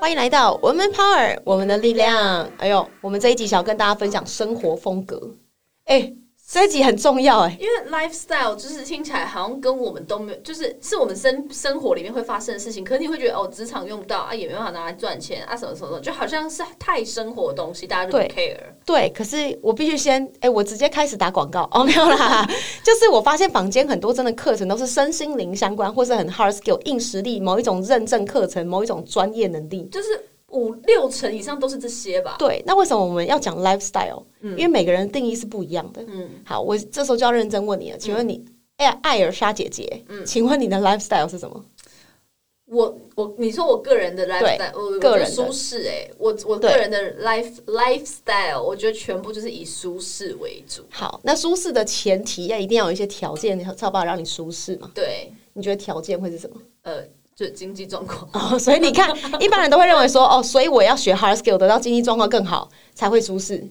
欢迎来到 Woman Power，我们的力量。哎呦，我们这一集想要跟大家分享生活风格。哎，这一集很重要哎、因为 lifestyle 就是听起来好像跟我们都没有，就是是我们生生活里面会发生的事情，可是你会觉得哦，职场用不到啊，也没办法拿来赚钱啊，什么什么什么，就好像是太生活的东西，大家就不 care。对，可是我必须先，哎、我直接开始打广告哦，没有啦， 就是我发现坊间很多真的课程都是身心灵相关，或是很 hard skill 硬实力某一种认证课程，某一种专业能力。就是五六成以上都是这些吧。对，那为什么我们要讲 lifestyle？、因为每个人定义是不一样的。嗯好，我这时候就要认真问你了，请问你，哎、艾尔莎姐姐，请问你的 lifestyle 是什么？我我你说我个人的 lifestyle，我我个人的觉得舒适哎、我我对个人的 life lifestyle，我觉得全部就是以舒适为主。好，那舒适的前提要一定要有一些条件，才有办法让你舒适嘛？对，你觉得条件会是 什么？呃，就经济状况。哦，所以你看，一般人都会认为说，哦，所以我要学 hard skill，得到经济状况更好才会舒适，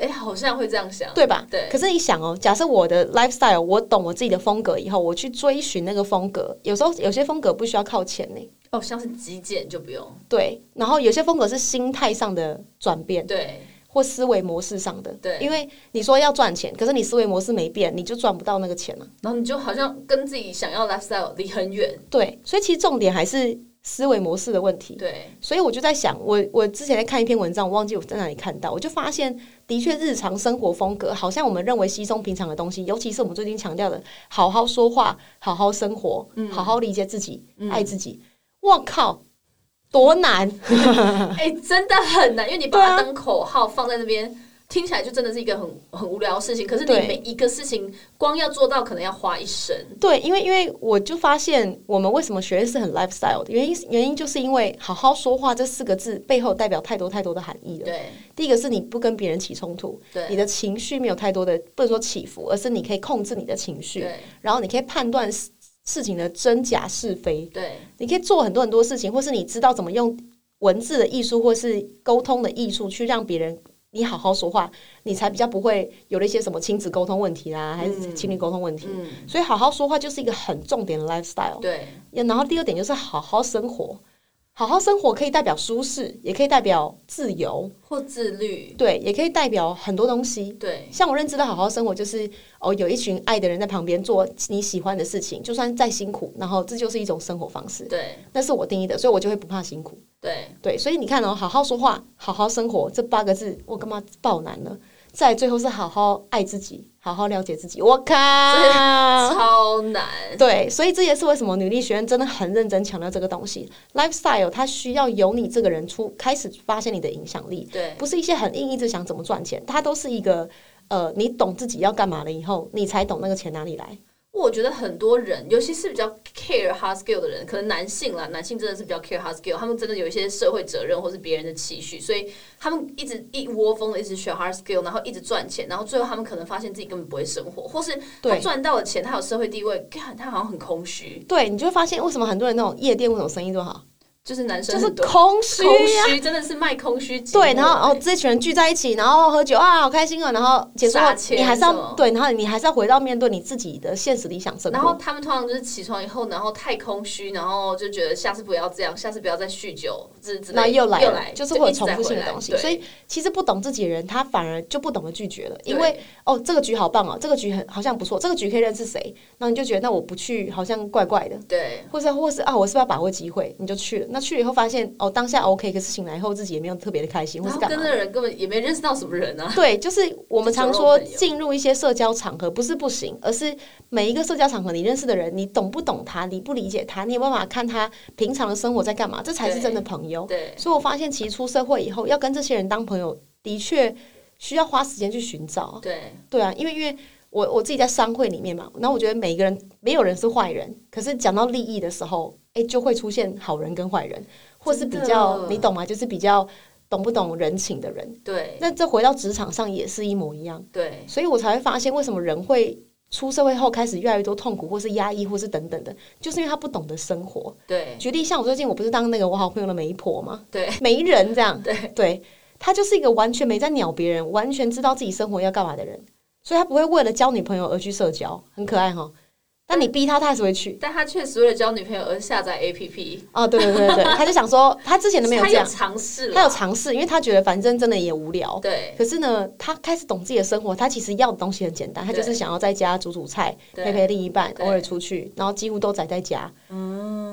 哎、好像会这样想。对吧？对可是你想哦，假设我的 lifestyle，我懂我自己的风格以后，我去追寻那个风格，有时候有些风格不需要靠钱呢，哦，像是极简就不用。对。然后有些风格是心态上的转变对或思维模式上的，对因为你说要赚钱，可是你思维模式没变，你就赚不到那个钱了、然后你就好像跟自己想要的 lifestyle 离很远。对。所以其实重点还是思维模式的问题。对，所以我就在想，我我之前在看一篇文章，我忘记我在哪里看到，我就发现，的确日常生活风格好像我们认为稀松平常的东西，尤其是我们最近强调的，好好说话，好好生活，好好理解自己，爱自己。我靠，多难！哎、真的很难，因为你嗯把对啊它当口号放在那边，听起来就真的是一个很很无聊的事情。可是你对每一个事情光要做到，可能要花一生。对，因为因为我就发现，我们为什么学院是很 lifestyle 的原因，原因就是因为好好说话这四个字背后代表太多太多的含义了。对第一个是你不跟别人起冲突，你对的情绪没有太多的不能说起伏，而是你可以控制你的情绪。对然后你可以判断事事情的真假是非，对你可以做很多很多事情，或是你知道怎么用文字的艺术或是沟通的艺术去让别人你好好说话，你才比较不会有了一些什么亲子沟通问题啊嗯啦，还是情侣沟通问题。所以好好说话就是一个很重点的 lifestyle。对然后第二点就是好好生活。好好生活可以代表舒适，也可以代表自由，或自律。对，也可以代表很多东西。对像我认知的好好生活，就是哦，有一群爱的人在旁边做你喜欢的事情，就算再辛苦，然后这就是一种生活方式。对那是我定义的，所以我就会不怕辛苦。对对，所以你看哦，好好说话，好好生活这八个字，我干嘛爆难了？再来最后是好好爱自己，好好了解自己。我靠！超难。 对，所以这也是为什么女力学院真的很认真强调这个东西，lifestyle 它需要由你这个人出开始发现你的影响力，对不是一些很硬一直想怎么赚钱，它都是一个呃，你懂自己要干嘛了以后，你才懂那个钱哪里来。我觉得很多人，尤其是比较 care hard skill 的人，可能男性啦，男性真的是比较 care hard skill，他们真的有一些社会责任或是别人的期许，所以他们一直一窝蜂的一直学 hard skill，然后一直赚钱，然后最后他们可能发现自己根本不会生活，或是他对赚到了钱，他有社会地位，看他好像很空虚，对，你就会发现为什么很多人那种夜店为什么生意这么好，就是男就生是很多空虚空呀、虚，真的是卖空虚寂寞对，然后哦，欸这群人聚在一起，然后喝酒啊，好开心哦。然后结束后撒，钱你还是什要么对，然后你还是要回到面对你自己的现实理想生活。然后他们通常就是起床以后，然后太空虚，然后就觉得下次不要这样，下次不要再酗酒，之之类那的，又来又了来，就是会有一直重再复性的回来东西。对所以其实不懂自己的人，他反而就不懂得拒绝了，因对为哦，这个局好棒哦，这个局很好像不错，这个局可以认识谁，那你就觉得那我不去好像怪怪的，对或是或是啊，我是不是要把握机会？你就去了，那去了以后发现哦，当下 OK，可是醒来以后自己也没有特别的开心，或是然后干跟嘛？的人根本也没认识到什么人啊。对，就是我们就常酒肉说朋友进入一些社交场合不是不行，而是每一个社交场合你认识的人，你懂不懂他，理不理解他，你有没有办法看他平常的生活在干嘛，这才是对真的朋友。对所以我发现，其实出社会以后，要跟这些人当朋友，的确需要花时间去寻找啊。对对啊，因为因为我我自己在商会里面嘛，然后我觉得每一个人没有人是坏人，可是讲到利益的时候，哎，就会出现好人跟坏人，或是比较真的你懂吗？就是比较懂不懂人情的人。对那这回到职场上也是一模一样，对所以我才会发现为什么人会。出社会后开始越来越多痛苦，或是压抑，或是等等的，就是因为他不懂得生活。对举例，像我最近我不是当那个我好朋友的媒婆吗？对没人这样，对他就是一个完全没在鸟别人，完全知道自己生活要干嘛的人，所以他不会为了交女朋友而去社交，很可爱哈。但你逼他，他还是会去。但他确实为了交女朋友而下载 APP，哦，对对对对对，他就想说，他之前都没有他这样有，尝试他有了，尝试，因为他觉得反正真的也无聊。对可是呢，他开始懂自己的生活，他其实要的东西很简单，他就是想要在家煮煮菜，对陪陪另一半，对嗯偶尔出去，然后几乎都宅在家，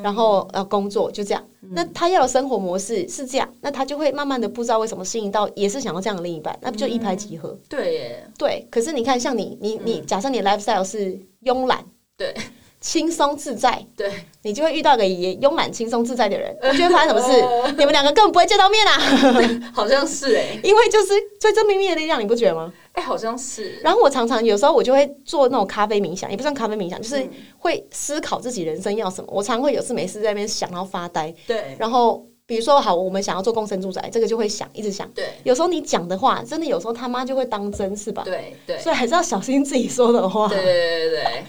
然后呃工作就这样。那他要的生活模式是这样，那他就会慢慢的不知道为什么吸引到也是想要这样的另一半，那不就一拍即合？对耶，对，可是你看，像你，你你，假设你的 lifestyle 是慵懒，嗯对，轻松自在，对，你就会遇到一个也慵懒、轻松自在的 人，你就会发生什么事？你们两个根本不会见到面啊， 好像是哎，因为就是最真秘密的力量，你不觉得吗？哎，好像是，然后我常常有时候我就会做那种咖啡冥想，也不算咖啡冥想，就是嗯会思考自己人生要什么。我常会有事没事在那边想，然后发呆。对然后比如说，好，我们想要做共生住宅，这个就会想，一直想。对有时候你讲的话，真的有时候他妈就会当真，是吧？对对所以还是要小心自己说的 话。对对对对，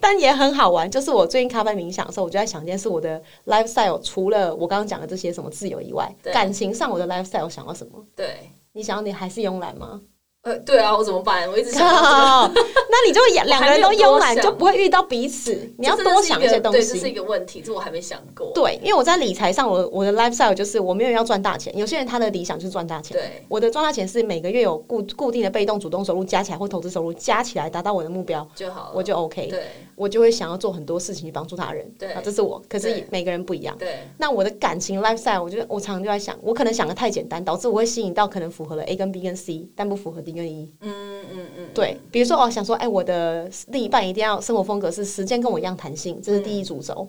但也很好玩，就是我最近咖啡冥想的时候，我就在想一件事：我的 lifestyle 除了我刚刚讲的这些什么自由以外，对感情上我的 lifestyle 想要什么？对，你想要你还是慵懒吗？呃，对啊，我怎么办？我一直想到这个。靠， 那你就两两个人都慵懒，我还没有多想就不会遇到彼此。你要多想一些东这真的是一个对，这是西。一个问题，这我还没想过。对，因为我在理财上，我我的 lifestyle 就是我没有要赚大钱。有些人他的理想就是赚大钱，对我的赚大钱是每个月有固固定的被动、主动收入加起来或投资收入加起来达到我的目标，就好了。我就 OK。对我就会想要做很多事情去帮助他人。对啊，这是我。可是对每个人不一样。对那我的感情 lifestyle，我觉得我常常就在想，我可能想的太简单，导致我会吸引到可能符合了 A 跟 B 跟 C，但不符合 D 跟 E。嗯嗯嗯。对，比如说哦，想说哎，我的另一半一定要生活风格是时间跟我一样弹性，这是第一主轴。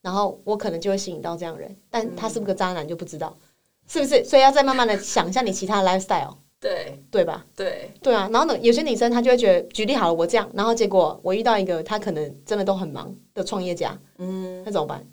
然后我可能就会吸引到这样的人，但他是不是个渣男就不知道，是不是？所以要再慢慢的想一下你其他的 lifestyle，对对吧？对对啊，然后呢，有些女生她就会觉得，举例好了，我这样，然后结果我遇到一个她可能真的都很忙的创业家，嗯，那怎么办？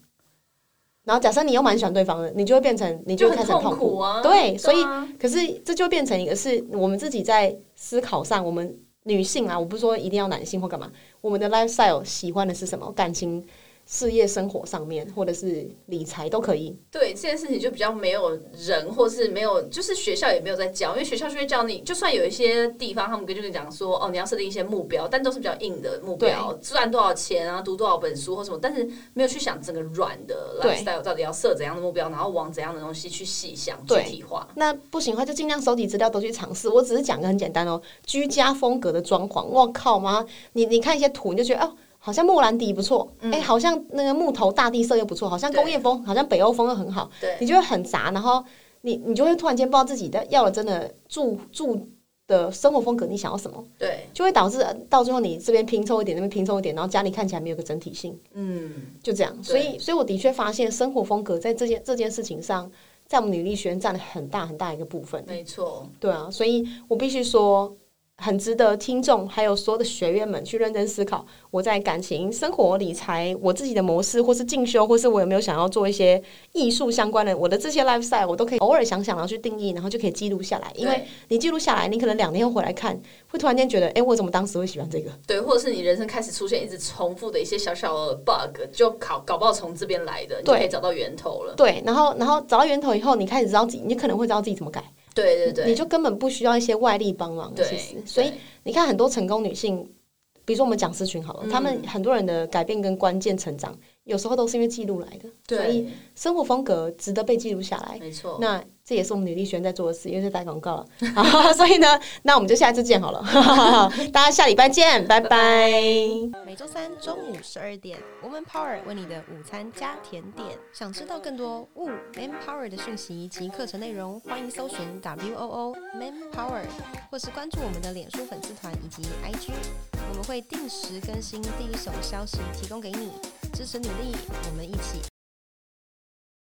然后假设你又蛮喜欢对方的，你就会变成，你就会就开很始很痛苦啊对对，啊所以可是这就变成一个是我们自己在思考上，我们女性啊，我不是说一定要男性或干嘛，我们的 lifestyle 喜欢的是什么，感情、事业、生活上面，或者是理财都可以。对，这件事情就比较没有人，或是没有，就是学校也没有在教，因为学校就会教你，就算有一些地方他们跟就是讲说，哦，你要设定一些目标，但都是比较硬的目标，赚多少钱啊，读多少本书或什么，但是没有去想整个软的对 lifestyle 到底要设怎样的目标，然后往怎样的东西去细想具对体化。那不行的话，就尽量收集资料，多去尝试。我只是讲个很简单哦，居家风格的装潢，我靠妈！你你看一些图，你就觉得哦，好像莫兰迪不错，哎、好像那个木头大地色又不错，好像嗯对工业风，好像北欧风又很好，对你就会很杂，然后你你就会突然间不知道自己的要了真的住住的生活风格，你想要什么，对，就会导致呃到最后你这边拼凑一点，那边拼凑一点，然后家里看起来没有个整体性。嗯，就这样。对所以，所以我的确发现生活风格在这件这件事情上，在我们女力学院占了很大很大一个部分。没错，对啊，所以我必须说，很值得听众还有所有的学员们去认真思考，我在感情、生活、理财，我自己的模式，或是进修，或是我有没有想要做一些艺术相关的，我的这些 lifestyle，我都可以偶尔想想，然后去定义，然后就可以记录下来。因为对你记录下来，你可能两年后回来看，会突然间觉得，哎、我怎么当时会喜欢这个？对，或者是你人生开始出现一直重复的一些小小的 bug，就搞搞不好从这边来的，你就对可以找到源头了。对，然后，然后找到源头以后，你开始知道自己，你可能会知道自己怎么改。对对你对，就根本不需要一些外力帮忙。其实对，，所以对你看很多成功女性，比如说我们讲师群好嗯了，她、们很多人的改变跟关键成长，有时候都是因为记录来的。所以对，生活风格值得被记录下来。没错。那这也是我们女力学院在做的事，因为在打广告了。 好所以呢，那我们就下次见好了， 大家下礼拜见，拜拜每周三中午十二点，Woman Power 为你的午餐加甜点。想知道更多 Wo Man Power 的讯息及课程内容，欢迎搜寻 W O O Man Power，或是关注我们的脸书粉丝团以及 IG，我们会定时更新第一手消息，提供给你支持努力，我们一起